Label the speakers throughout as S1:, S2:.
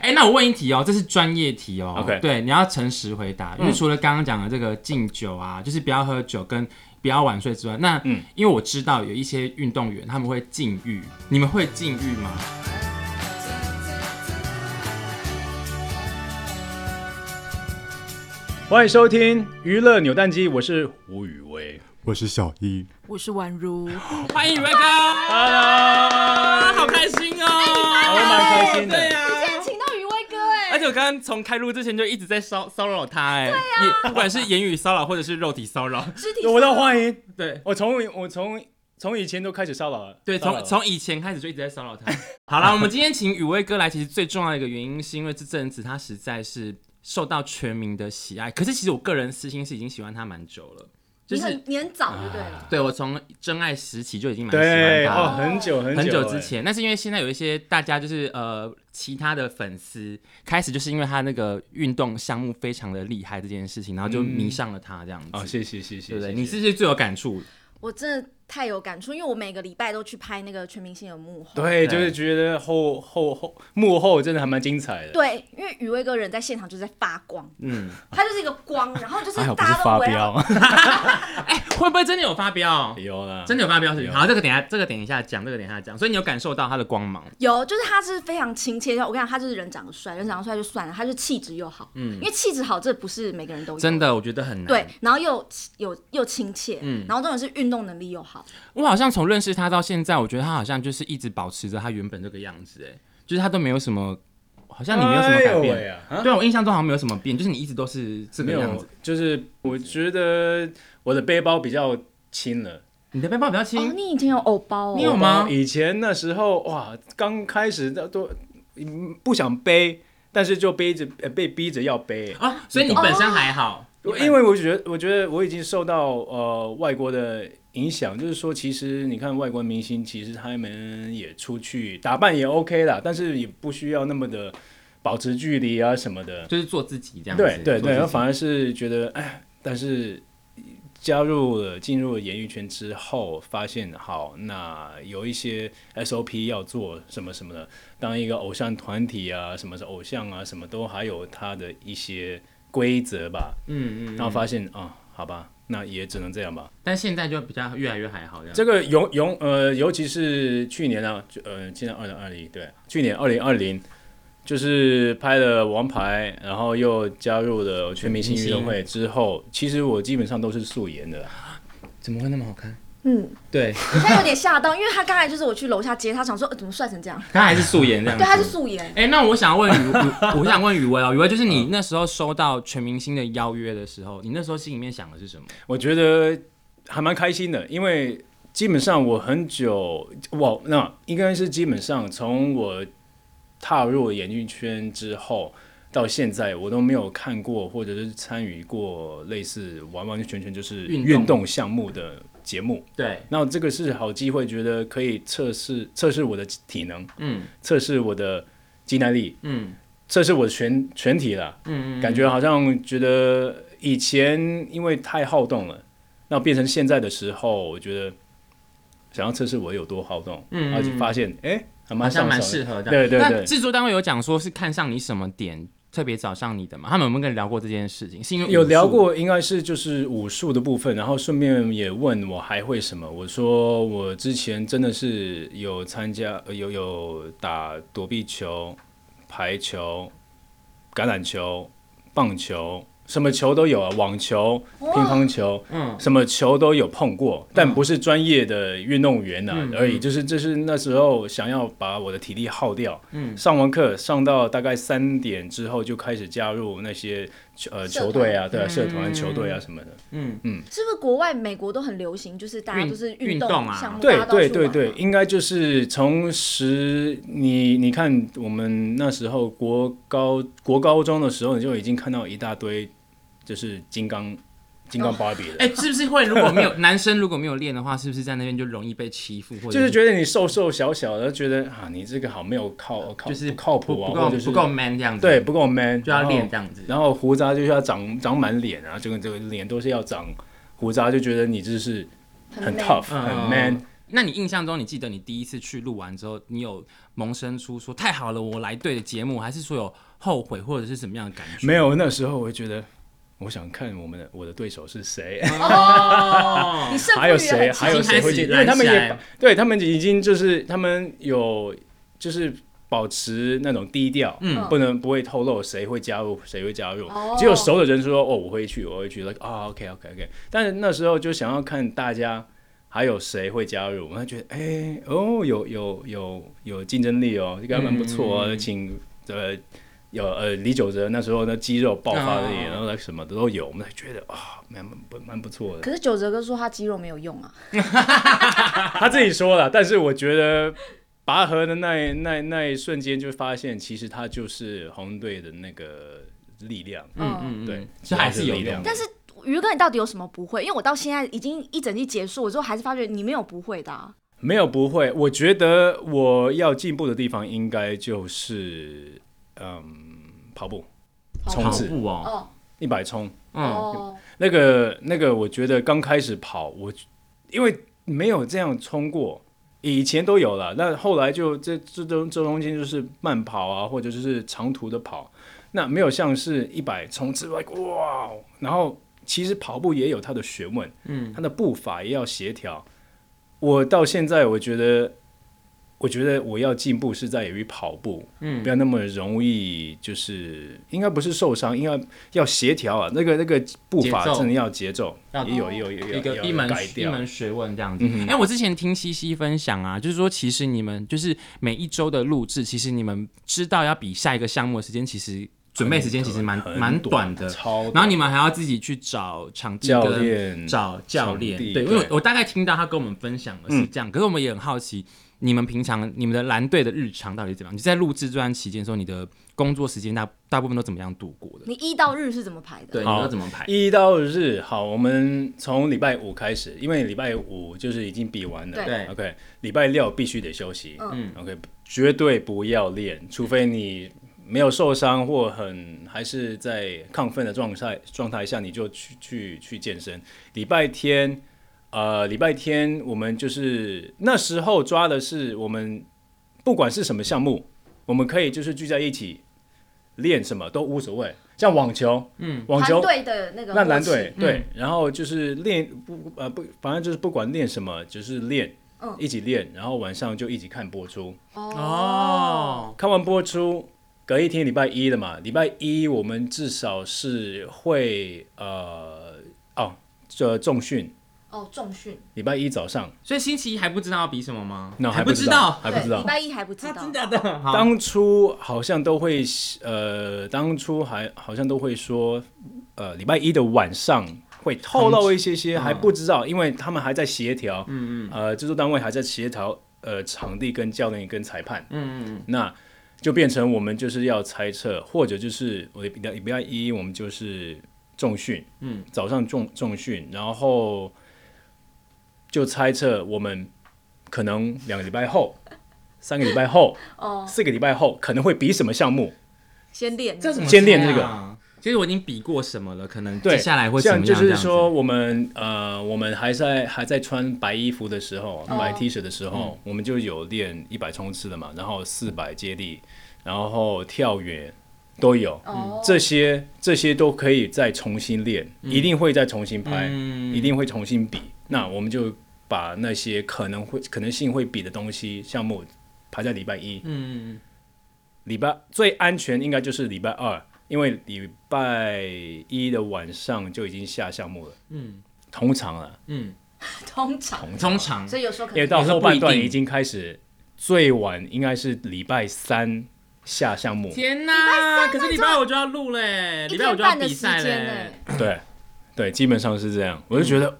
S1: 哎、那我问一题哦，这是专业题哦。
S2: OK 嗯
S1: 对，你要诚实回答，因为除了刚刚讲的这个敬酒啊，就是不要喝酒跟不要晚睡之外，那
S2: 嗯
S1: 因为我知道有一些运动员他们会禁欲，你们会禁欲吗？
S2: 欢迎收听娱乐扭蛋机，我是胡宇威。
S3: 我是小一，
S4: 我是宛如，
S1: 欢迎 Rebecca，
S2: Hello，
S1: 啊好开心哦，
S2: 我蛮开心的
S1: 对啊。
S5: 竟然请到余威哥哎、
S1: 而且我刚刚从开录之前就一直在骚骚扰他、哎、也不管是言语骚扰或者是肉体骚扰，
S5: 肢体
S2: 我都欢迎。
S1: 对
S2: 我从我从从以前都开始骚扰了，
S1: 对，
S2: 骚
S1: 从
S2: 扰了
S1: 从以前开始就一直在骚扰他。 好啦，我们今天请雨薇哥来，其实最重要的一个原因是因为这阵子他实在是受到全民的喜爱。可是其实我个人私心是已经喜欢他蛮久了，就
S5: 你
S1: 是
S5: 很你很早就对了，
S1: 对我从真爱时期就已经蛮喜欢
S2: 对
S1: 他
S2: 哦，
S1: 了。
S2: 很久很久
S1: 很久之
S2: 哎，
S1: 前，但是因为现在有一些大家就是呃，其他的粉丝开始就是因为他那个运动项目非常的厉害这件事情，然后就迷上了他这样子，
S2: 嗯哦，谢谢谢谢，
S1: 对不对？
S2: 谢谢
S1: 你是不是最有感触？
S5: 我真的太有感触，因为我每个礼拜都去拍那个全明星的幕后。
S2: 对，就是觉得后后后幕后真的还蛮精彩的。
S5: 对，因为余威哥人在现场就是在发光，
S1: 嗯，哎
S5: 他就是一个光，然后就 是
S2: 还好不
S5: 大
S2: 是
S5: 家
S2: 发
S5: 都围绕。
S2: 飙，
S1: 会不会真的有发飙？
S2: 有啦，
S1: 真的有发飙是不是
S2: 有
S1: 好，这个等一下，这个等一下讲，这个等一下讲。所以你有感受到他的光芒，
S5: 有，就是他是非常亲切。我跟你讲，他就是人长得帅，人长得
S1: 嗯
S5: 帅就算了，他就气质又好。嗯，因为气质好，这不是每个人都有。
S1: 真。的，我觉得很难。
S5: 对，，然后又有又亲切，
S1: 嗯
S5: 然后重点是运动能力又好。
S1: 我好像从认识他到现在，我觉得他好像就是一直保持着他原本这个样子，哎，就是他都没有什么，好像你没有什么改
S2: 哎呦喂
S1: 变。
S2: 啊啊
S1: 对我印象中好像没有什么变，就是你一直都是这
S2: 没
S1: 个样
S2: 有
S1: 子。，
S2: 就是我觉得我的背包比较轻了。
S1: 你的背包比较轻，
S5: 哦，你以前有偶包哦？
S1: 你有啊吗
S2: 以前那时候哇，刚开始都都嗯不想背，但是就背着呃被逼着要背。
S1: 啊，所以你本身还好。
S2: 我因为我觉得，我觉得我已经受到呃外国的影响，就是说，其实你看外国明星，其实他们也出去打扮也 OK 啦，但是也不需要那么的保持距离啊什么的。
S1: 就是做自己这样子。
S2: 对对对，然
S1: 做
S2: 后
S1: 自己
S2: 反而是觉得，哎，但是加入了进入了演艺圈之后，发现好，那有一些 SOP 要做什么什么的，当一个偶像团体啊，什么是偶像啊，什么都还有它的一些规则吧。
S1: 嗯嗯。
S2: 然后发现啊、好吧，那也只能这样吧。
S1: 但现在就比较越来越还好这样。
S2: 这个永永呃，尤其是去年啊，就呃，现在二零二零对，去年二零二零。就是拍了《王牌》，然后又加入了全明星运动会之后，其实我基本上都是素颜的。
S1: 怎么会那么好看？
S5: 嗯，
S1: 对，
S5: 我现在有点吓到，因为他刚才就是我去楼下接他，想说、呃、怎么帅成这样？
S1: 他还是素颜这样子。
S5: 对，他是素颜。
S1: 哎、那我想问雨， 我我想问雨薇哦，雨薇就是你那时候收到全明星的邀约的时候，你那时候心里面想的是什么？
S2: 我觉得还蛮开心的，因为基本上我很久，我那应该是基本上从我踏入演艺圈之后到现在，我都没有看过或者是参与过类似完完全全就是
S1: 运动
S2: 运动项目的节目。
S1: 对，
S2: 那这个是好机会，觉得可以测试测试我的体能，
S1: 嗯
S2: 测试我的肌耐力，
S1: 嗯
S2: 测试我的全全体了。
S1: 嗯嗯，
S2: 感觉好像觉得以前因为太好动了，那变成现在的时候，我觉得想要测试我有多好动，
S1: 嗯
S2: 而且发现哎、
S1: 好
S2: 还蛮
S1: 像
S2: 上
S1: 蛮
S2: 手的
S1: 适合的。
S2: 对对
S1: 那
S2: 对，
S1: 制作单位有讲说是看上你什么点特别找上你的吗？他们有没有跟你聊过这件事情？是因为
S2: 有
S1: 武术
S2: 聊？过，应该是就是武术的部分，然后顺便也问我还会什么。我说我之前真的是有参加，呃有有打躲避球、排球、橄榄球、棒球，什么球都有啊，网球、乒乓球，
S1: 嗯
S2: 什么球都有碰过，但不是专业的运动员呢、
S1: 嗯
S2: 而已。就是就是那时候想要把我的体力耗掉，
S1: 嗯
S2: 上完课上到大概三点之后就开始加入那些球呃
S5: 社团
S2: 球队啊，对啊，社
S1: 嗯
S2: 团球队啊什么的。
S1: 嗯，
S5: 是不是国外美国都很流行，就是大家
S1: 运
S5: 都是
S1: 运
S5: 动
S1: 动啊
S5: 项目，
S2: 对
S5: 大家到
S2: 对
S5: 处玩
S2: 对
S5: 嘛
S2: 对，应该就是从十你你看我们那时候国高国高中的时候，你就已经看到一大堆就是金刚金刚芭比了。
S1: 哎、
S5: 哦
S1: 是不是会如果没有 男生如果没有练的话，是不是在那边就容易被欺负，或者
S2: 就是觉得你瘦瘦小小的，觉得啊，你这个好没有靠靠
S1: 就是
S2: 不靠
S1: 不
S2: 谱啊，
S1: 不
S2: 或
S1: 够
S2: 者是
S1: 不够 man 这样子？
S2: 对，不够 man，
S1: 就要练这
S2: 然后
S1: 样子。
S2: 然后胡渣就是要长长满脸啊，这个这个脸都是要长胡渣，就觉得你就是很
S5: 美
S2: tough
S1: 嗯
S2: 很 man，
S1: 那你印象中，你记得你第一次去录完之后，你有萌生出说太好了，我来对的节目，还是说有后悔或者是什么样的感觉？
S2: 没有，那时候我会觉得，我想看我们的我的对手是谁，
S1: 哦，
S5: 你胜负
S2: 还有
S5: 欲很
S2: 谁，
S5: 强
S2: 还有谁会进，
S1: 已经
S2: 因
S1: 开始
S2: 为他们
S1: 燃起来
S2: 也对他们已经就是他们有就是保持那种低调，
S1: 嗯
S2: 不能不会透露谁会加入，谁会加入，
S5: 哦
S2: 只有熟的人说哦我会去，我会去，like 啊、OK OK OK，但是那时候就想要看大家。还有谁会加入？我们觉得，哎、哦，有有有有竞争力哦，这个还蛮不错哦，
S1: 嗯
S2: 请呃有呃李玖哲那时候那肌肉爆发力，
S1: 哦
S2: 然后那什么的都有，我们才觉得啊，蛮蛮不蛮不错的。
S5: 可是九哲哥说他肌肉没有用啊，
S2: 他自己说了，但是我觉得拔河的那那那一瞬间，就发现其实他就是红队的那个力量。
S1: 嗯
S5: 嗯，
S1: 嗯嗯，
S2: 对
S1: 这还是有
S2: 力量
S1: 用，
S2: 但
S5: 是于哥你到底有什么不会？因为我到现在已经一整季结束，我之后还是发觉你没有不会的、啊。
S2: 没有不会，我觉得我要进步的地方应该就是嗯跑步冲
S1: 跑
S2: 刺
S1: 步哦，
S5: 哦
S2: 一百冲
S1: 嗯，
S5: 哦，
S2: 那个那个，我觉得刚开始跑我因为没有这样冲过。以前都有了，那后来就这这中这中间就是慢跑啊，或者就是长途的跑，那没有像是一百冲刺，like 哇哦，然后其实跑步也有它的学问，嗯，它的步伐也要协调。我到现在我觉得，我觉得我要进步是在于跑步，嗯，不要那么容易，就是应该不是受伤，应该要协调啊，那个那个步伐
S1: 节奏
S2: 真的要节奏，
S1: 要
S2: 也有也有也有
S1: 一个
S2: 也有
S1: 一门
S2: 改
S1: 一
S2: 掉，嗯
S1: 门学问这样子。哎、我之前听西西分享啊，就是说其实你们就是每一周的录制，其实你们知道要比下一个项目的时间，其实准备时间其实蛮
S2: 很
S1: 蛮短的。
S2: 超短
S1: 然后你们还要自己去找场地
S2: 教
S1: 跟
S2: 练
S1: 找教
S2: 场
S1: 练，
S2: 地
S1: 对，因为
S2: 对嗯
S1: 我大概听到他跟我们分享的是这样，可是我们也很好奇，你们平常你们的蓝队的日常到底怎么样？你在录制这段期间的时候，你的工作时间大大部分都怎么样度过的？
S5: 你一到日是怎么排的？
S1: 对，你
S2: 好
S1: 要怎么排？
S2: 一到日，好，我们从礼拜五开始，因为礼拜五就是已经比完了。
S1: 对
S2: OK，礼拜六必须得休息。
S5: 嗯
S2: ，OK，绝对不要练，除非你没有受伤或很还是在亢奋的状态状态下，你就去去去健身。礼拜天，呃，礼拜天我们就是那时候抓的是我们不管是什么项目，我们可以就是聚在一起练什么都无所谓。像网球，嗯，网球
S5: 团队的那个
S2: 那
S5: 默
S2: 蓝
S5: 契
S2: 队对，然后就是练不呃不，反正就是不管练什么，就是练，
S5: 嗯
S2: 一起练，然后晚上就一起看播出。
S5: 哦，
S2: 看完播出，隔一天礼拜一了嘛，礼拜一我们至少是会呃哦这重训，
S5: 哦，重训
S2: 礼拜一早上，
S1: 所以星期一还不知道要比什么吗？
S2: 那
S1: 还
S2: 不
S1: 知
S2: 道，
S1: 道，
S2: 还不知
S5: 对
S2: 道
S5: 礼。拜一还不知道，
S1: 假的？好，
S2: 当初好像都会呃，当初还好像都会说，呃，礼拜一的晚上会透露一些些，还不知道，因为他们还在协调，嗯嗯嗯，呃，制作单位还在协调，呃，场地跟教练跟裁判，嗯嗯，那就变成我们就是要猜测，或者就是我的礼拜礼拜一我们就是重训，嗯，早上重重训，然后就猜测我们可能两个礼拜后。三个礼拜后，四个礼拜后可能会比什么项目？
S5: 先练
S1: 这怎么
S2: 先练这
S1: 猜
S2: 个
S1: 啊？其实我已经比过什么了，可能接
S2: 对，
S1: 下来会怎么样？
S2: 像就是说，
S1: 这样子，
S2: 我们呃，我们还在还在穿白衣服的时候，白 T 恤的时候，我们就有练一百冲刺的嘛，然后四百接力，然后跳远都有。
S5: 哦，
S2: 这些这些都可以再重新练，
S1: 嗯
S2: 一定会再重新拍，一定会重新比。那我们就把那些可能会可能性会比的东西项目排在礼拜一，
S1: 嗯，
S2: 礼拜最安全应该就是礼拜二，因为礼拜一的晚上就已经下项目了。嗯，通常了，
S1: 嗯
S5: 通常，
S1: 通常
S5: 所以有时候可
S2: 因为
S5: 能
S2: 到后半
S1: 有时候不
S2: 段
S1: 一定
S2: 已经开始，最晚应该是礼拜三下项目。
S1: 天哪！可是礼拜五就要录嘞，
S5: 啊一
S1: 礼拜五
S5: 天
S1: 就要
S5: 半的
S1: 比
S5: 时
S1: 赛
S5: 间
S1: 嘞。
S5: 欸
S2: 对，对，基本上是这样。我就觉得、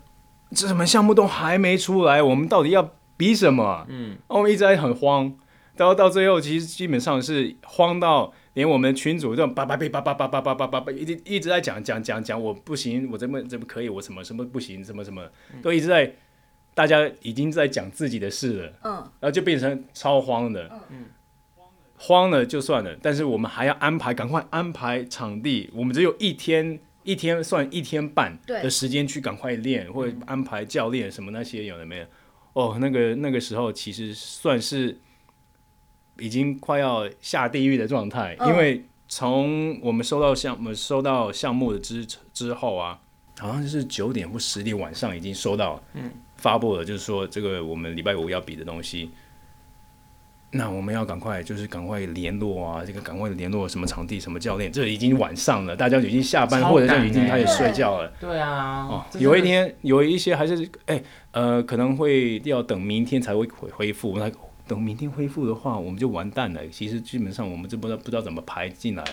S2: 这什么项目都还没出来，我们到底要比什么？嗯，我们一直在很慌，到到最后其实基本上是慌到连我们群主这种叭叭叭叭叭叭叭叭叭叭叭一直一直在讲讲讲讲，我不行，我怎么怎么可以，我什么什么不行，什么什么
S5: 嗯
S2: 都一直在。大家已经在讲自己的事了，
S5: 嗯
S2: 然后就变成超慌的，慌了就算了，但是我们还要安排，赶快安排场地。我们只有一天，一天算一天半
S5: 对
S2: 的时间去赶快练，或者安排教练什么那些有的没有。哦，那个那个时候其实算是已经快要下地狱的状态，
S5: 嗯
S2: 因为从我们收到项我们收到项目的之之后啊，好像是九点或十点晚上已经收到，嗯，发布了，就是说这个我们礼拜五要比的东西。那我们要赶快，就是赶快联络啊！这个赶快联络什么场地、什么教练，这已经晚上了，大家已经下班，
S1: 超
S2: 或者是
S1: 赶
S2: 已经
S1: 欸
S2: 开始睡觉了。
S1: 对啊，
S2: 哦，
S1: 这真的
S2: 有一天有一些还是哎、呃，可能会要等明天才会恢恢复。那等明天恢复的话，我们就完蛋了。其实基本上我们就不知道不知道怎么排进来。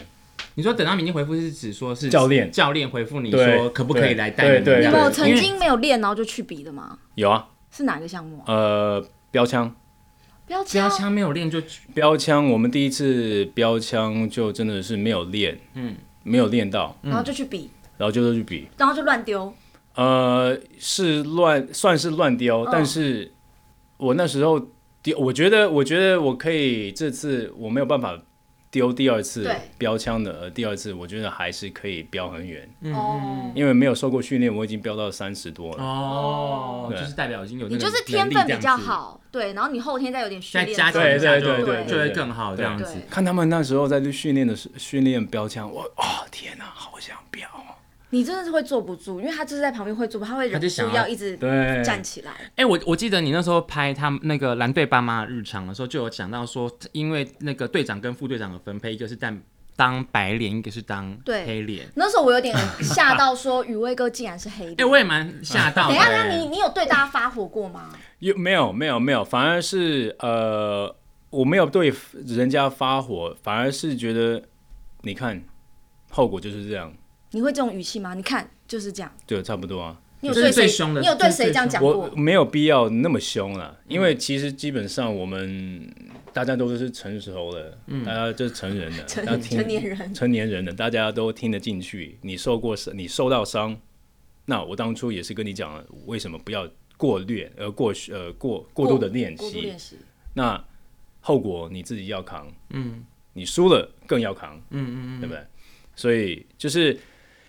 S1: 你说等到明天回复是指说是
S2: 教练
S1: 教练回复你
S2: 对
S1: 说可不可以来带
S2: 对
S1: 你
S2: 对
S1: 这
S5: 你
S1: 样
S5: 们有
S1: 子？
S5: 曾
S1: 因为
S5: 经没有练，然后就去比的吗？
S2: 有啊，
S5: 是哪个项目啊？
S2: 呃，标枪，
S5: 标
S2: 呃
S1: 标
S5: 枪。
S1: 枪没有练就
S2: 标枪，我们第一次标枪就真的是没有练，
S1: 嗯，
S2: 没有练到，
S5: 然后就去比，
S2: 然后就是去比，
S5: 然后就乱丢。
S2: 呃，是乱算是乱丢，
S5: 嗯
S2: 但是我那时候丢，我觉得我觉得我可以这次我没有办法丢第二次
S5: 对
S2: 标枪的，呃，第二次我觉得还是可以标很远，
S5: 哦，
S2: 因为没有受过训练，我已经标到三十多了。
S1: 哦，
S2: 对
S1: 就是代表已经有
S5: 你
S1: 那个
S5: 就是天
S1: 能力
S5: 分
S1: 这样
S5: 比
S1: 子
S5: 较，好，对，然后你后天再有点训
S1: 再
S5: 练
S1: 加
S5: 之
S1: 强
S5: 后，
S2: 对
S1: 一下
S2: 对
S1: 就
S2: 对对
S1: 就
S2: 对
S1: 会
S2: 对
S1: 更好这样子。
S5: 对
S2: 看他们那时候在训练的时训练标枪，我啊、天哪，好想标哦！
S5: 你真的是会坐不住，因为他就是在旁边会坐不，他会忍
S1: 他就
S5: 不
S1: 想
S5: 住
S1: 要
S5: 要一直
S2: 对
S5: 站起来。
S1: 哎、我我记得你那时候拍他们那个蓝队爸妈的日常的时候，就有讲到说，因为那个队长跟副队长的分配，一个是当当白脸，一个是当
S5: 对
S1: 黑脸。
S5: 那时候我有点吓到，说宇威哥竟然是黑
S1: 哎、
S5: 的。
S1: 我也蛮
S2: 嗯
S1: 吓到
S5: 等
S1: 的、
S5: 一下，那
S1: 欸。
S5: 你你有对大家发火过吗？
S2: 有没有没有没有，反而是呃，我没有对人家发火，反而是觉得你看后果就是这样，
S5: 你会这种语气吗？你看就是这样，
S2: 就差不多啊。
S5: 你有
S1: 这是
S5: 对
S1: 最
S5: 谁
S1: 凶的
S5: 你有
S1: 这
S5: 对
S1: 是
S5: 谁
S1: 最
S5: 这样
S1: 凶
S5: 讲
S2: 我
S5: 过？
S2: 没有必要那么凶了，
S5: 嗯
S2: 因为其实基本上我们大家都是成熟了，大家就是成人了，
S5: 嗯成
S2: 大家听
S5: 成年人
S2: 成年人了，大家都听得进去。你受过伤，你受到伤，那我当初也是跟你讲了，为什么不要过练，呃过呃过过度的练
S5: 过度
S2: 习
S5: 练，习。
S2: 那后果你自己要扛，
S1: 嗯
S2: 你输了更要扛，
S1: 嗯嗯
S2: 对不对？所以就是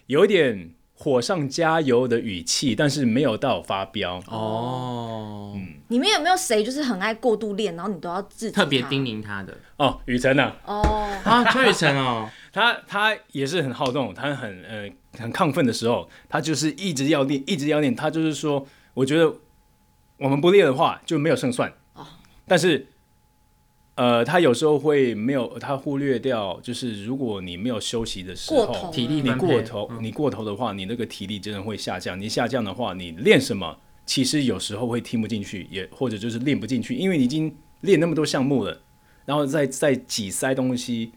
S2: 有一点火上加油的语气，但是没有到发飙。
S1: 嗯，哦，
S2: 嗯
S5: 你们有没有谁就是很爱过度练，然后你都要制止
S1: 特别
S5: 他
S1: 叮咛他的
S2: 哦，雨辰啊，
S5: 哦。
S1: 啊，邱雨辰哦，
S2: 他他也是很好动，他很呃很亢奋的时候，他就是一直要练，一直要练。他就是说，我觉得我们不练的话就没有胜算。
S1: 哦
S2: 但是，呃，他有时候会没有，他忽略掉，就是如果你没有休息的时候，
S5: 过头
S1: 体力
S2: 你
S1: 分配
S2: 过头，你过头的话，你那个体力真的会下降。你下降的话，你练什么，其实有时候会听不进去，也或者就是练不进去，因为你已经练那么多项目了，然后再再挤塞东西，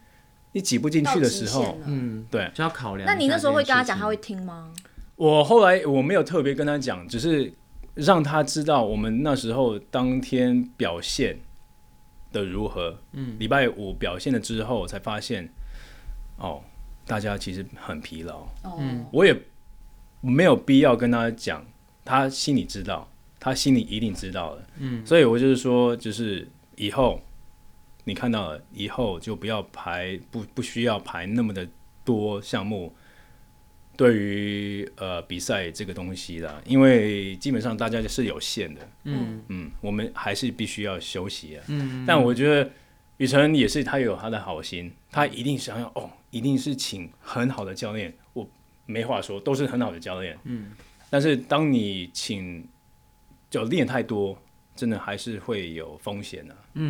S2: 你挤不进
S5: 到
S2: 去的
S5: 极
S2: 时
S5: 限
S2: 候
S5: 了，
S1: 嗯，
S2: 对
S1: 就要考量一下
S5: 那
S1: 这件事情。
S5: 你那时候会跟他讲，他会听吗？
S2: 我后来我没有特别跟他讲，只是让他知道我们那时候当天表现的如何。嗯，礼拜五表现了之后，才发现哦，大家其实很疲劳。
S5: 哦，
S2: 我也没有必要跟他讲，他心里知道，他心里一定知道的。嗯，所以我就是说，就是以后你看到了，以后就不要排，不不需要排那么的多项目。对于呃比赛这个东西啦，因为基本上大家是有限的，
S1: 嗯
S2: 嗯，我们还是必须要休息啊。
S1: 嗯，
S2: 但我觉得雨辰也是，他有他的好心，他一定想要哦，一定是请很好的教练，我没话说，都是很好的教练。嗯，但是当你请就练太多，真的还是会有风险啊的、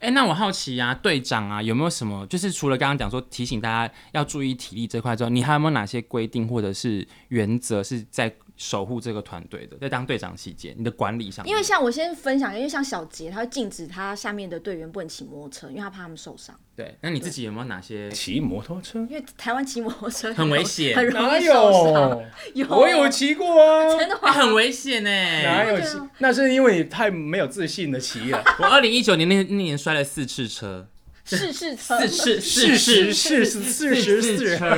S1: 哎、那我好奇啊，队长啊，有没有什么就是除了刚刚讲说提醒大家要注意体力这块之外，你还有没有哪些规定或者是原则是在守护这个团队的？在当队长期间，你的管理上面，
S5: 因为像我先分享一下，因为像小杰，他会禁止他下面的队员不能骑摩托车，因为他怕他们受伤。
S1: 对，那你自己有没有哪些？
S2: 骑摩托车
S5: 因为台湾骑摩托车
S1: 很危险
S5: 很容易受伤。？有
S2: 我有骑过啊，
S5: 真的
S1: 哎
S5: 吗？
S1: 很危险呢、
S2: 哪有骑？那是因为你太没有自信的骑 了。
S1: 我二零一九年那那年摔了四次车，
S5: 试试 车，
S1: 四次
S2: 四十
S1: 次
S2: 四十四十
S1: 四
S2: 四，
S1: 车，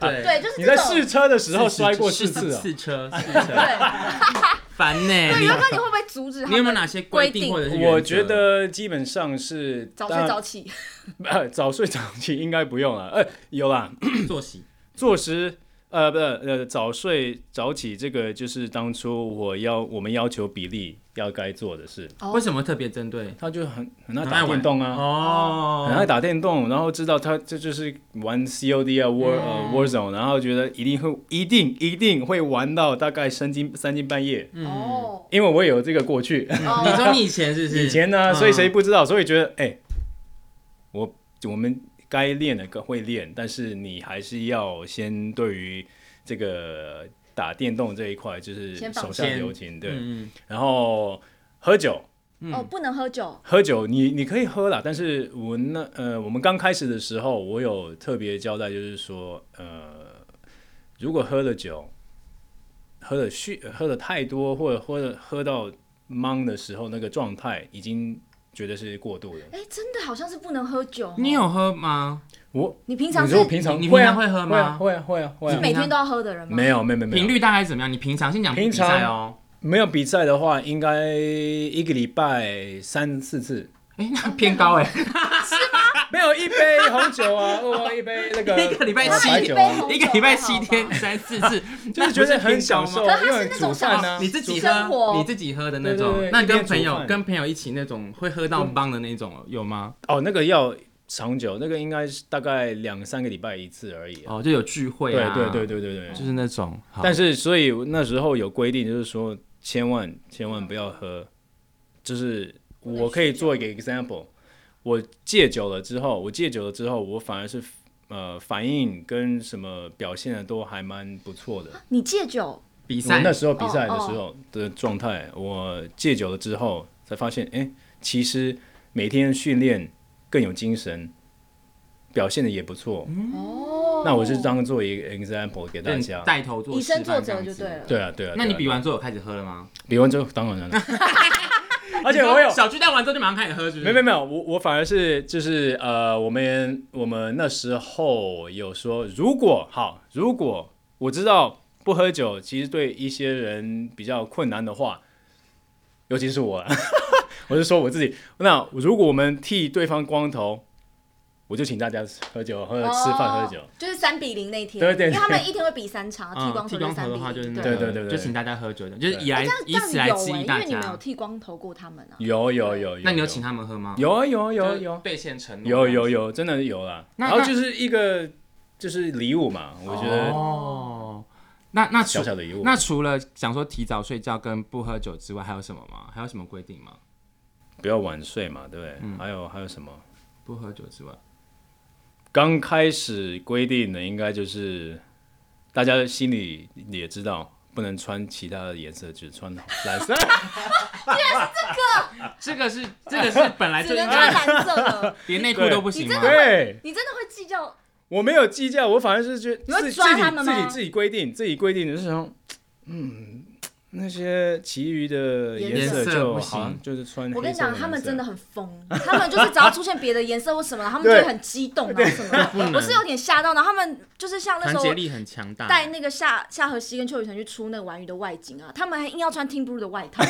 S1: 对
S5: 对，就是
S2: 你在
S5: 这种。
S2: 试车的时候
S1: 四
S2: 摔过
S1: 四
S2: 四次啊？
S1: 四车四车，
S5: 对，
S1: 烦呢、
S5: 对，
S1: 你
S5: 尤哥，你会不会阻止他们？
S1: 你有没有哪些规定或者是原则
S2: 我觉得基本上是
S5: 早
S2: 当
S5: 睡早起？
S2: 呃，早睡早起应该不用了。呃，有啦，
S1: 作息？
S2: 坐时呃不呃早睡早起这个就是当初我要我们要求比例要该做的事。
S5: 哦
S1: 为什么特别针对？
S2: 他就很很爱
S1: 很
S2: 打
S1: 爱玩
S2: 电动啊，很爱
S1: 哦，
S2: 打电动，然后知道他这就是玩 COD 啊 War、呃 Warzone，然后觉得一定会一定一定会玩到大概三更三更半夜，
S1: 嗯
S5: 哦，
S2: 因为我也有这个过去，
S1: 你
S5: 哦，
S1: 说你以前是不是？
S2: 以前呢，
S1: 嗯
S2: 所以谁不知道？所以觉得哎、我我们该练的会练，但是你还是要先对于这个打电动这一块就是
S5: 先放
S2: 手下
S1: 先
S2: 留情，对，
S1: 嗯
S2: 然后喝酒。
S5: 哦，不能喝酒，
S2: 喝酒，你你可以喝啦，但是我那呃，我们刚开始的时候，我有特别交代，就是说，呃，如果喝了酒，喝了酗，喝了太多，或者喝了喝到懵的时候，那个状态已经觉得是过度了。
S5: 哎，真的好像是不能喝酒哦。
S1: 你有喝吗？
S2: 我，
S5: 你平常
S2: 你
S5: 是
S2: 说我平常
S1: 你你
S2: 会
S1: 平
S2: 啊
S1: 常会喝吗
S2: 会啊会啊会啊
S5: 是
S2: 会啊，
S5: 每天都要喝的人吗？
S2: 没有没有没有没有
S1: 频率大概怎么样？你平常先讲
S2: 平
S1: 比
S2: 常
S1: 赛哦。
S2: 没有比赛的话，应该一个礼拜三四次。
S1: 哎，那偏高哎，
S2: 没有一杯红酒啊，哦，一杯那个
S1: 啊 一个礼拜
S2: 呃
S1: 七
S2: 白
S1: 杯
S2: 酒啊
S5: 红酒
S1: 一个礼拜七
S5: 还好
S1: 天
S5: 吧
S1: 三四 次，
S2: 就是觉得很享受，
S1: 那
S5: 可是
S2: 因
S5: 它是
S2: 为
S5: 那
S2: 煮
S5: 种
S2: 饭
S1: 不是偏高吗
S2: 啊，
S1: 啊你自己
S5: 生
S1: 喝，
S5: 活
S1: 你自己喝的那
S2: 对
S1: 种
S2: 对对，
S1: 那你
S2: 一边
S1: 跟朋
S2: 煮
S1: 友
S2: 饭
S1: 跟朋友一起那种会喝到帮的那种有吗？
S2: 哦，那个要长久，那个应该是大概两三个礼拜一次而已啊、
S1: 哦，就有聚会
S2: 对
S1: 啊，
S2: 对对对对对。
S1: 就是那种。好
S2: 但是，所以那时候有规定，就是说千万千万不要喝。就是我可以做一个 example，我戒酒了之后，我戒酒了之后，我反而是呃反应跟什么表现的都还蛮不错的。
S5: 你戒酒，
S1: 比
S2: 我
S1: 赛哦
S2: 那时候比赛的时候的状态，我戒酒了之后才发现，哎、其实每天训练更有精神，表现的也不错。
S5: 哦，
S2: 那我就当做一个 example 给大
S1: 对
S2: 家。
S1: 带头做
S5: 以
S1: 示
S5: 身
S1: 范这
S5: 作
S1: 样子，
S5: 则就对了。
S2: 对啊，对啊。
S1: 那你比
S2: 完
S1: 完之后有开始喝了吗？
S2: 比完之后，当然 了。 而且我有
S1: 你说，小巨蛋完之后就马上开始喝，是不是？
S2: 没没没有，我我反而是就是呃，我们我们那时候有说，如果好，如果我知道不喝酒其实对一些人比较困难的话，尤其是我 啦，我是说我自己。那如果我们剃对方光头，我就请大家喝酒、喝吃饭、喝酒。
S5: 哦，就是三比零那天，
S2: 对对对
S5: 因为他们一天会比三场，剃
S1: 嗯，
S5: 光
S1: 剃
S5: 头
S1: 光
S5: 就三
S1: 头
S5: 比
S1: 的话
S5: 零，
S1: 就是
S5: 对
S1: 那
S2: 对
S1: 个
S2: 对对对
S1: 就请大家喝酒的，就是以来
S5: 这样这
S1: 以
S5: 样
S1: 此来
S5: 有
S1: 激
S5: 哎、
S1: 励
S5: 因
S1: 大
S5: 为你们有
S1: 家。
S5: 剃光头过他们啊，
S2: 有有有有，
S1: 那你有请他们喝吗？
S2: 有啊有啊有啊有
S1: 就是
S2: 啊
S1: 兑现承诺。
S2: 有有有，真的有啦。
S1: 那
S2: 然后就是一个就是礼物嘛，我觉得
S1: 哦，那那除
S2: 小小的礼物。
S1: 那除了讲说提早睡觉跟不喝酒之外，还有什么吗？还有什么规定吗？
S2: 不要晚睡嘛，对不对？还有还有什么？
S1: 不喝酒之外，
S2: 刚开始规定的应该就是大家心里也知道，不能穿其他的颜色，只穿 蓝色。
S1: 这个是这个是本来就
S5: 只
S1: 应
S5: 能穿
S1: 该
S5: 蓝色的，
S1: 连内裤都不行吗？
S2: 对，
S5: 你真的会计 较？
S2: 我没有计较，我反而是觉
S5: 你
S2: 得
S5: 会
S2: 自己
S5: 抓
S2: 自
S5: 他
S2: 己
S5: 们
S2: 自
S5: 吗
S2: 己自己规定，自己规定就是说，嗯，那些其余的颜
S1: 颜色
S2: 就
S1: 不
S2: 好像
S1: 行
S2: 就是穿黑色
S5: 我
S2: 的蓝
S5: 跟你
S2: 色。
S5: 讲，他们真的很疯，他们就是只要出现别的颜色或 什么，他们就会很激动啊什么的。
S1: 能
S5: 我是有点吓到，然后他们就是像那
S1: 团
S5: 时候
S1: 结力很强大。
S5: 带那个夏夏荷西跟邱雨辰去出那个玩鱼的外景啊，他们还硬要穿 Tim Blue 的外套。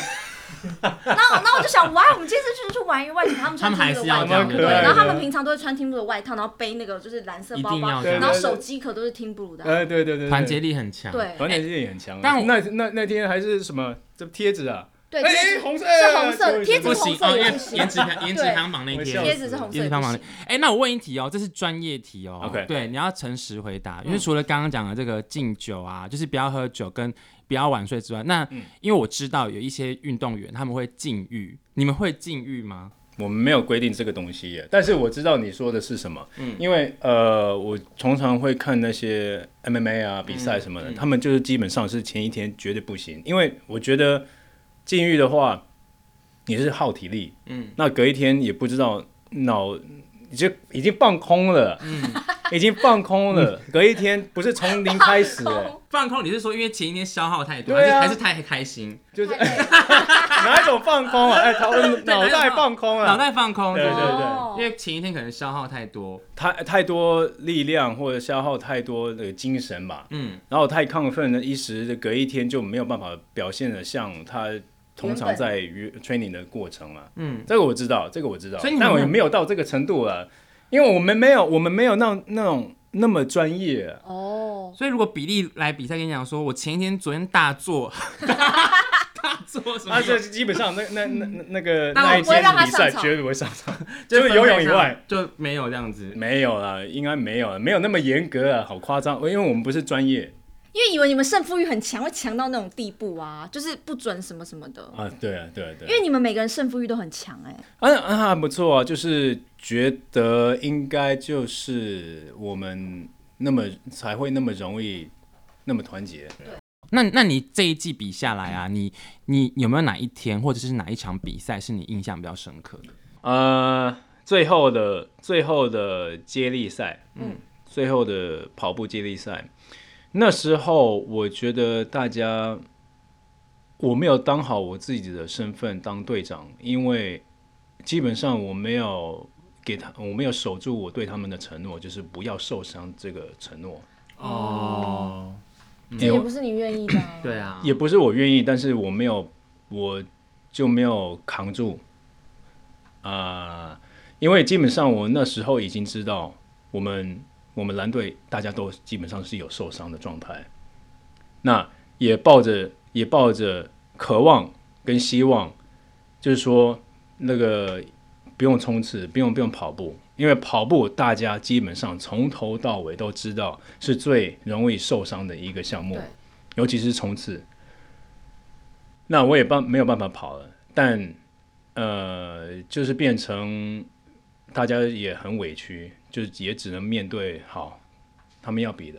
S5: 然后，然后我就想，哇，我们今天是去去玩鱼外景，他们穿
S1: 他们
S5: Tim
S1: 还是
S5: Blue 的外
S1: 要
S5: 套，
S2: 这样
S5: 对。
S2: 对
S5: 然后他们平常都会穿 Tim Blue 的外套，然后背那个就是蓝色包
S1: 一定要
S5: 包，
S1: 这
S2: 样
S5: 然后手机壳都是 Tim Blue 的啊。
S2: 哎，对对对对，
S1: 团结力很强。
S5: 对
S2: 团结力也很强啊。
S1: 但我
S2: 那那那天还是什么这贴纸啊？
S5: 对，
S2: 哎
S5: 贴纸
S2: 红色
S5: 是红色
S2: 对
S5: 贴纸
S1: 不
S5: 是
S1: 行
S5: 红色
S1: 哦，因
S5: 也
S1: 为
S5: 不行，啊
S1: 颜值排颜值排行榜那
S2: 我
S1: 天
S2: 笑死
S5: 贴纸是红色
S1: 也
S5: 也
S1: 是方
S5: 不
S1: 法
S5: 行
S1: 的。。哎、那我问一题哦，这是专业题哦。
S2: OK
S1: 对，你要诚实回答，
S5: 嗯
S1: 因为除了刚刚讲的这个敬酒啊，就是不要喝酒跟不要晚睡之外，那、因为我知道有一些运动员他们会禁欲，你们会禁欲吗？
S2: 我们没有规定这个东西耶，但是我知道你说的是什么，嗯，因为呃，我通常会看那些 MMA 啊比赛什么的，他们就是基本上是前一天绝对不行，因为我觉得禁欲的话，你是耗体力，嗯，那隔一天也不知道脑已经已经放空了，嗯， 已经放空了，隔一天不是从零开始耶，
S1: 放空，你是说因为前一天消耗太多，
S2: 对啊
S1: 还是还是太开心，
S2: 就是哎
S5: 太累了
S2: 哪一种放空啊？ 哎，头脑袋放空
S1: 脑
S2: 啊，
S1: 袋放空？
S2: 对对对
S5: 哦
S1: 因为前一天可能消耗太多，
S2: 太太多力量或者消耗太多的精神吧，
S1: 嗯，
S2: 然后太亢奋了，一时隔一天就没有办法表现的像他通常在约 training 的过程嘛。
S1: 嗯，
S2: 这个我知道，这个我知道，
S1: 所以你们
S2: 但我
S1: 没
S2: 也
S1: 有
S2: 没有到这个程度啊，因为我们没有，我们没有那那种那么专业啊、
S5: 哦，
S1: 所以如果比例来比赛，跟你讲说，我前一天昨天大作，大做什么
S2: 啊，？这基本上那那那那那个
S1: 但我
S2: 那一
S5: 不会
S2: 天
S5: 让他
S2: 比赛
S5: 上场
S2: 绝对不会上场，
S1: 就
S2: 除了游泳以外
S1: 就没有这样子。
S2: 没有啦，应该没有啦，没有那么严格啊，好夸张，因为我们不是专业
S5: 因为以为你们胜负欲很强，会强到那种地步啊，就是不准什么什么的。
S2: 啊，对啊，对啊，对
S5: 因
S2: 啊
S5: 为你们每个人胜负欲都很强哎、
S2: 啊啊，还不错啊，就是觉得应该就是我们那么才会那么容易那么团结。
S1: 那那你这一季比下来啊，你你有没有哪一天或者是哪一场比赛是你印象比较深刻的？
S2: 呃，最后的最后的接力赛，
S5: 嗯，
S2: 最后的跑步接力赛，那时候我觉得大家我没有当好我自己的身份当队长，因为基本上我没有给他，我没有守住我对他们的承诺，就是不要受伤这个承诺。
S1: 哦，
S5: 这也不是你愿意的、啊。
S1: 对，啊，
S2: 也不是我愿意，但是我没有，我就没有扛住。啊、因为基本上我那时候已经知道，我们我们蓝队大家都基本上是有受伤的状态，那也抱着也抱着渴望跟希望，就是说那个不用冲刺，不用不用跑步，因为跑步大家基本上从头到尾都知道是最容易受伤的一个项目
S5: 对，
S2: 尤其是冲刺。那我也办没有办法跑了，但呃，就是变成大家也很委屈，就也只能面对好他们要比的。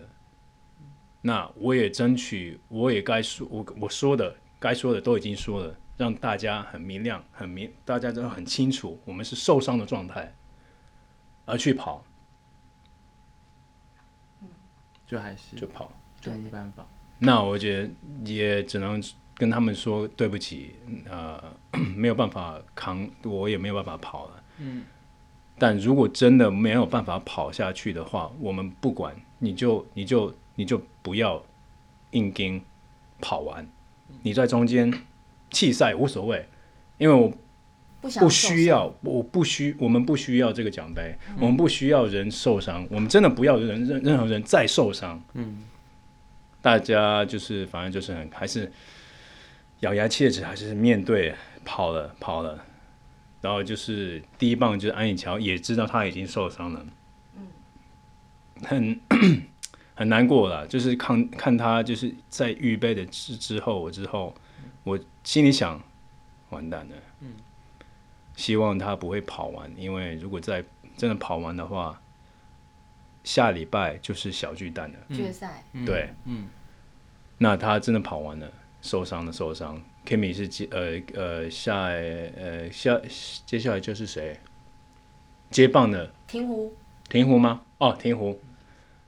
S2: 那我也争取，我也该说，我我说的该说的都已经说了，让大家很明亮、很明，大家都很清楚，我们是受伤的状态，而去跑
S1: 就还是
S2: 就跑。
S1: 就没办法。
S2: 那我觉得也只能跟他们说对不起，呃， 没有办法扛，我也没有办法跑了。嗯。但如果真的没有办法跑下去的话，我们不管，你就你就你就不要硬跟跑完，你在中间弃赛无所谓，因为我
S5: 不想
S2: 不
S5: 受
S2: 需
S5: 伤。
S2: 要，我不需，我们不需要这个奖杯，我们不需要人受伤，我们真的不要人任任何人再受伤。嗯，大家就是反正就是很还是咬牙切齿，还是面对跑了跑了，然后就是第一棒就是安以乔也知道他已经受伤了，
S5: 嗯
S2: 很很难过了，就是看看他就是在预备的之之后，我之后我心里想，完蛋了。希望他不会跑完，因为如果再真的跑完的话，下礼拜就是小巨蛋了。
S5: 决赛，
S2: 对，嗯，那他真的跑完了，受伤了，受伤。Kimi 是接呃呃下呃下接下来就是谁接棒的？
S5: 停湖
S2: 停湖吗？哦，停湖。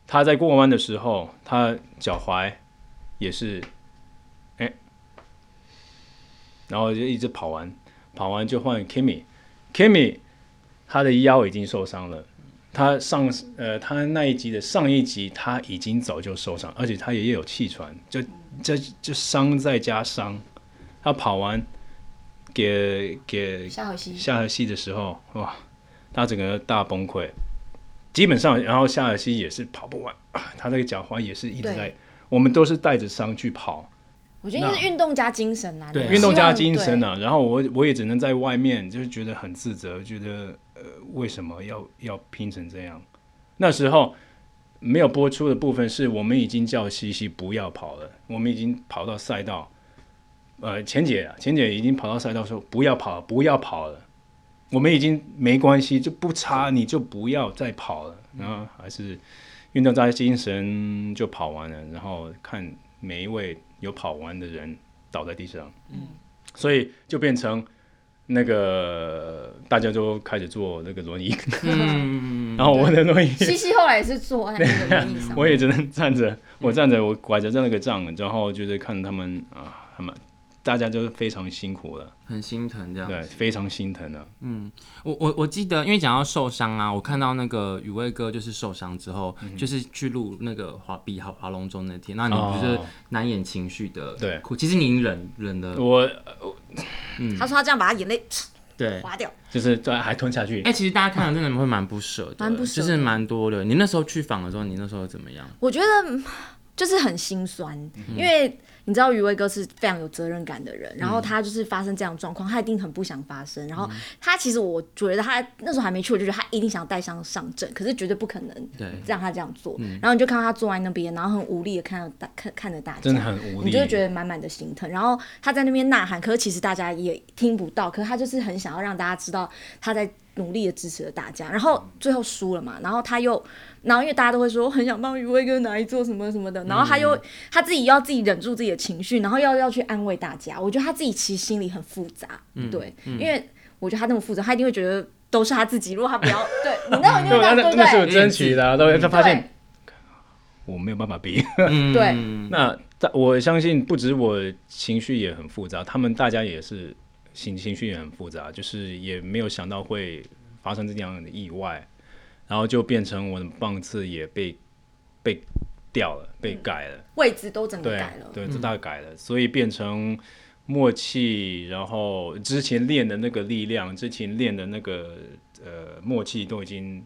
S2: 他在过弯的时候，他脚踝也是，哎、然后就一直跑完，跑完就换 Kimi，Kimi，他的腰已经受伤了。他上呃，他那一集的上一集他已经早就受伤，而且他也有气喘，就这就伤再加伤。他跑完给给
S5: 夏侯熙
S2: 下河西的时候，哇，他整个大崩溃。基本上，然后下河西也是跑不完，啊他那个脚踝也是一直在
S5: 对。
S2: 我们都是带着伤去跑，
S5: 我觉得应该是运动加精神啊，
S1: 对
S5: 你们
S2: 运动加精
S5: 希望
S2: 神啊。然后我我也只能在外面，就是觉得很自责，觉得呃为什么要要拼成这样？那时候没有播出的部分是我们已经叫西西不要跑了，我们已经跑到赛道，呃钱姐啊钱姐已经跑到赛道说不要跑了不要跑了，我们已经没关系就不差你就不要再跑了，然后还是运动加精神就跑完了，然后看每一位有跑完的人倒在地上，嗯，所以就变成。那个大家都开始坐那个轮椅，
S1: 嗯，
S2: 然后我的轮椅
S5: 对西嗯西后来也是坐在那个轮椅 上，
S2: 我也只能站着，我站着，我拐着这样一个杖，然后就是看他们啊，他们大家都非常辛苦了，
S1: 很心疼这样。
S2: 对，非常心疼了。
S1: 我我我记得，因为讲到受伤啊，我看到那个宇威哥就是受伤之后，
S2: 嗯
S1: 就是去录那个滑冰滑滑龙舟那天，那你不是
S2: 哦
S1: 难掩情绪的
S2: 对
S1: 哭？其实你忍忍的，
S2: 我
S5: 他说他这样把他眼泪噗
S1: 对。
S5: 划掉，
S2: 就是对还吞下去
S1: 哎、，其实大家看了真的会蛮不舍的，
S5: 蛮不舍
S1: 就
S5: 的
S1: 是蛮多的。你那时候去访的时候，你那时候怎么样？
S5: 我觉得嗯就是很心酸，因为你知道余威哥是非常有责任感的人，然后他就是发生这样的状况，他一定很不想发生。然后他其实我觉得他那时候还没去，我就觉得他一定想带伤上阵，可是绝对不可能
S1: 对
S5: 让他这样做。然后你就看到他坐在那边，然后很无力的看到大看看着大家，
S2: 真的很无力
S5: 你就会觉得满满的心疼。然后他在那边呐喊，可是其实大家也听不到，可是他就是很想要让大家知道他在努力的支持着大家。然后最后输了嘛，然后他又，然后因为大家都会说很想帮余威哥拿一座什么什么的，然后他
S2: 嗯
S5: 又、他自己要自己忍住自己的情绪，然后要要去安慰大家。我觉得他自己其实心里很复杂，
S2: 嗯
S5: 对，因为我觉得他那么复杂，他一定会觉得。都是他自己，如果他 不要对，你知道，因
S2: 嗯
S5: 为
S2: 对，
S5: 他
S2: 那
S5: 嗯对不
S2: 那
S5: 对？
S2: 那是有争取的啊，都他发
S5: 对
S2: 现我没有办法比。
S5: 对
S1: 嗯
S2: 那但我相信，不止我情绪也很复杂，他们大家也是情情绪也很复杂，就是也没有想到会发生这样的意外，然后就变成我的棒次也被被掉了，被改了，
S5: 位置都整个
S2: 对
S5: 改了，
S2: 对，这大改了，所以变成默契，然后之前练的那个力量，之前练的那个呃默契都已经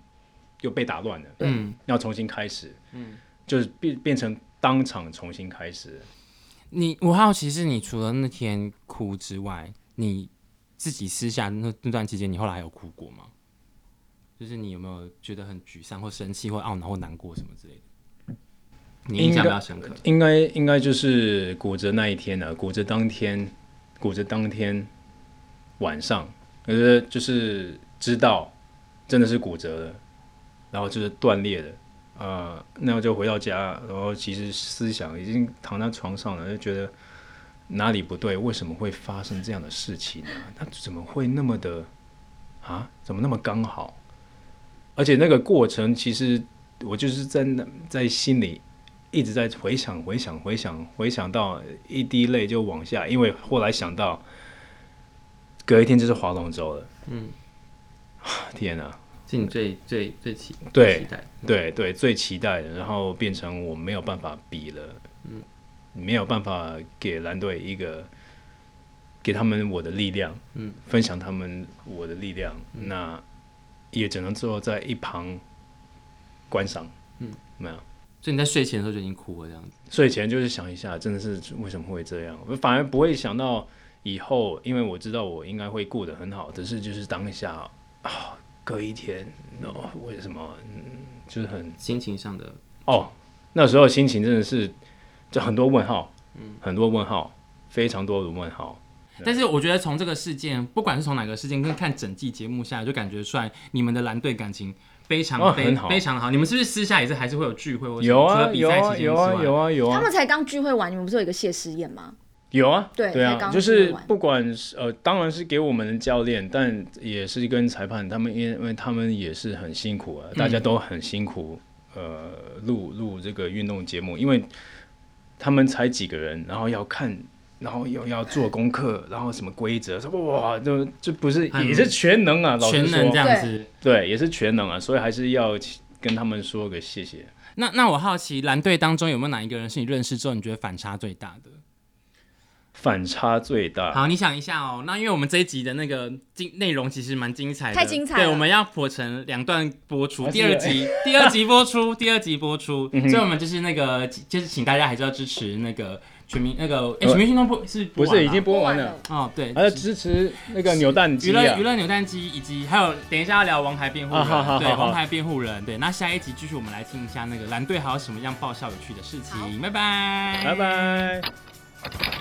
S2: 又被打乱了，
S1: 嗯，
S2: 要重新开始，嗯，就是变变成当场重新开始。
S1: 你我好奇是你除了那天哭之外，你自己私下那那段期间，你后来还有哭过吗？就是你有没有觉得很沮丧或生气或懊恼或难过什么之类的？你印象比较深刻，
S2: 应该应该就是骨折那一天呢、啊，骨折当天，骨折当天晚上，可是就是知道真的是骨折了，然后就是断裂了，呃，那我就回到家，然后其实思想已经躺在床上了，就觉得哪里不对，为什么会发生这样的事情呢、他怎么会那么的啊？怎么那么刚好？而且那个过程，其实我就是在那在心里一直在回想、回想、回想、回想到一滴泪就往下，因为后来想到，隔一天就是划龙舟了。嗯， 天哪、
S1: 是你最最最期
S2: 对
S1: 期待的
S2: 对对，最期待的，然后变成我没有办法比了，嗯，没有办法给蓝队一个，给他们我的力量，嗯，分享他们我的力量，那也只能坐在一旁观赏，嗯，没有。
S1: 所以你在睡前的时候就已经哭了这样子。
S2: 所以前就是想一下，真的是为什么会这样？我反而不会想到以后，因为我知道我应该会过得很好，只是就是当下啊，隔一天，哦，为什么？嗯，就是很
S1: 心情上的，
S2: 哦，那时候心情真的是就很多问号，嗯，很多问号，非常多的问号。
S1: 但是我觉得从这个事件，不管是从哪个事件，跟看整季节目下来，就感觉出来你们的蓝队感情非常
S2: 哦
S1: 非、
S2: 很好
S1: 非常的好。你们是不是私下也是还是会有聚会或什么
S2: 有
S1: 除
S2: 啊
S1: 了比
S2: 有
S1: 赛期
S2: 啊
S1: 间之
S2: 有啊
S1: 外
S2: 有啊有
S5: 他
S2: 啊
S5: 们才刚聚会完，你们不是有一个谢师宴吗？
S2: 有啊，
S5: 对
S2: 对
S5: 才
S2: 啊，
S5: 刚
S2: 就是
S5: 录完
S2: 不管是呃，当然是给我们的教练，但也是跟裁判，他们因为他们也是很辛苦啊，
S5: 嗯
S2: 大家都很辛苦，呃，录录这个运动节目，因为他们才几个人，然后要看。然后又要做功课，然后什么规则，说哇，这这不是
S1: 很
S2: 也是全能啊，老实
S1: 嗯全
S2: 说
S1: 能这样子。
S2: 对，也是全能啊，所以还是要跟他们说个谢谢。
S1: 那那我好奇，蓝队当中有没有哪一个人是你认识之后你觉得反差最大的？
S2: 反差最 大，
S1: 好，你想一下哦。那因为我们这一集的那个精内容其实蛮精彩的，
S5: 太精彩了
S1: 对，我们要破成两段播出，
S2: 还是嗯
S1: 第二集， 第二集播出，第二集播 出。所以我们就是那个，就是请大家还是要支持那个全民那个诶全民运动不是
S2: 呃不
S1: 播完
S2: 是
S1: 了
S2: 已经播完
S5: 播
S2: 了
S5: 完了，
S1: 哦对，
S2: 还要支持那个扭蛋
S1: 娱
S2: 机
S1: 乐
S2: 啊
S1: 娱，乐扭蛋机，以及还有等一下要聊王牌辩护人，
S2: 啊好好
S1: 对
S2: 好好
S1: 王牌辩护人，对。那下一集继续我们来听一下那个蓝队还有什么样爆笑有趣的事情，拜拜，
S2: 拜拜。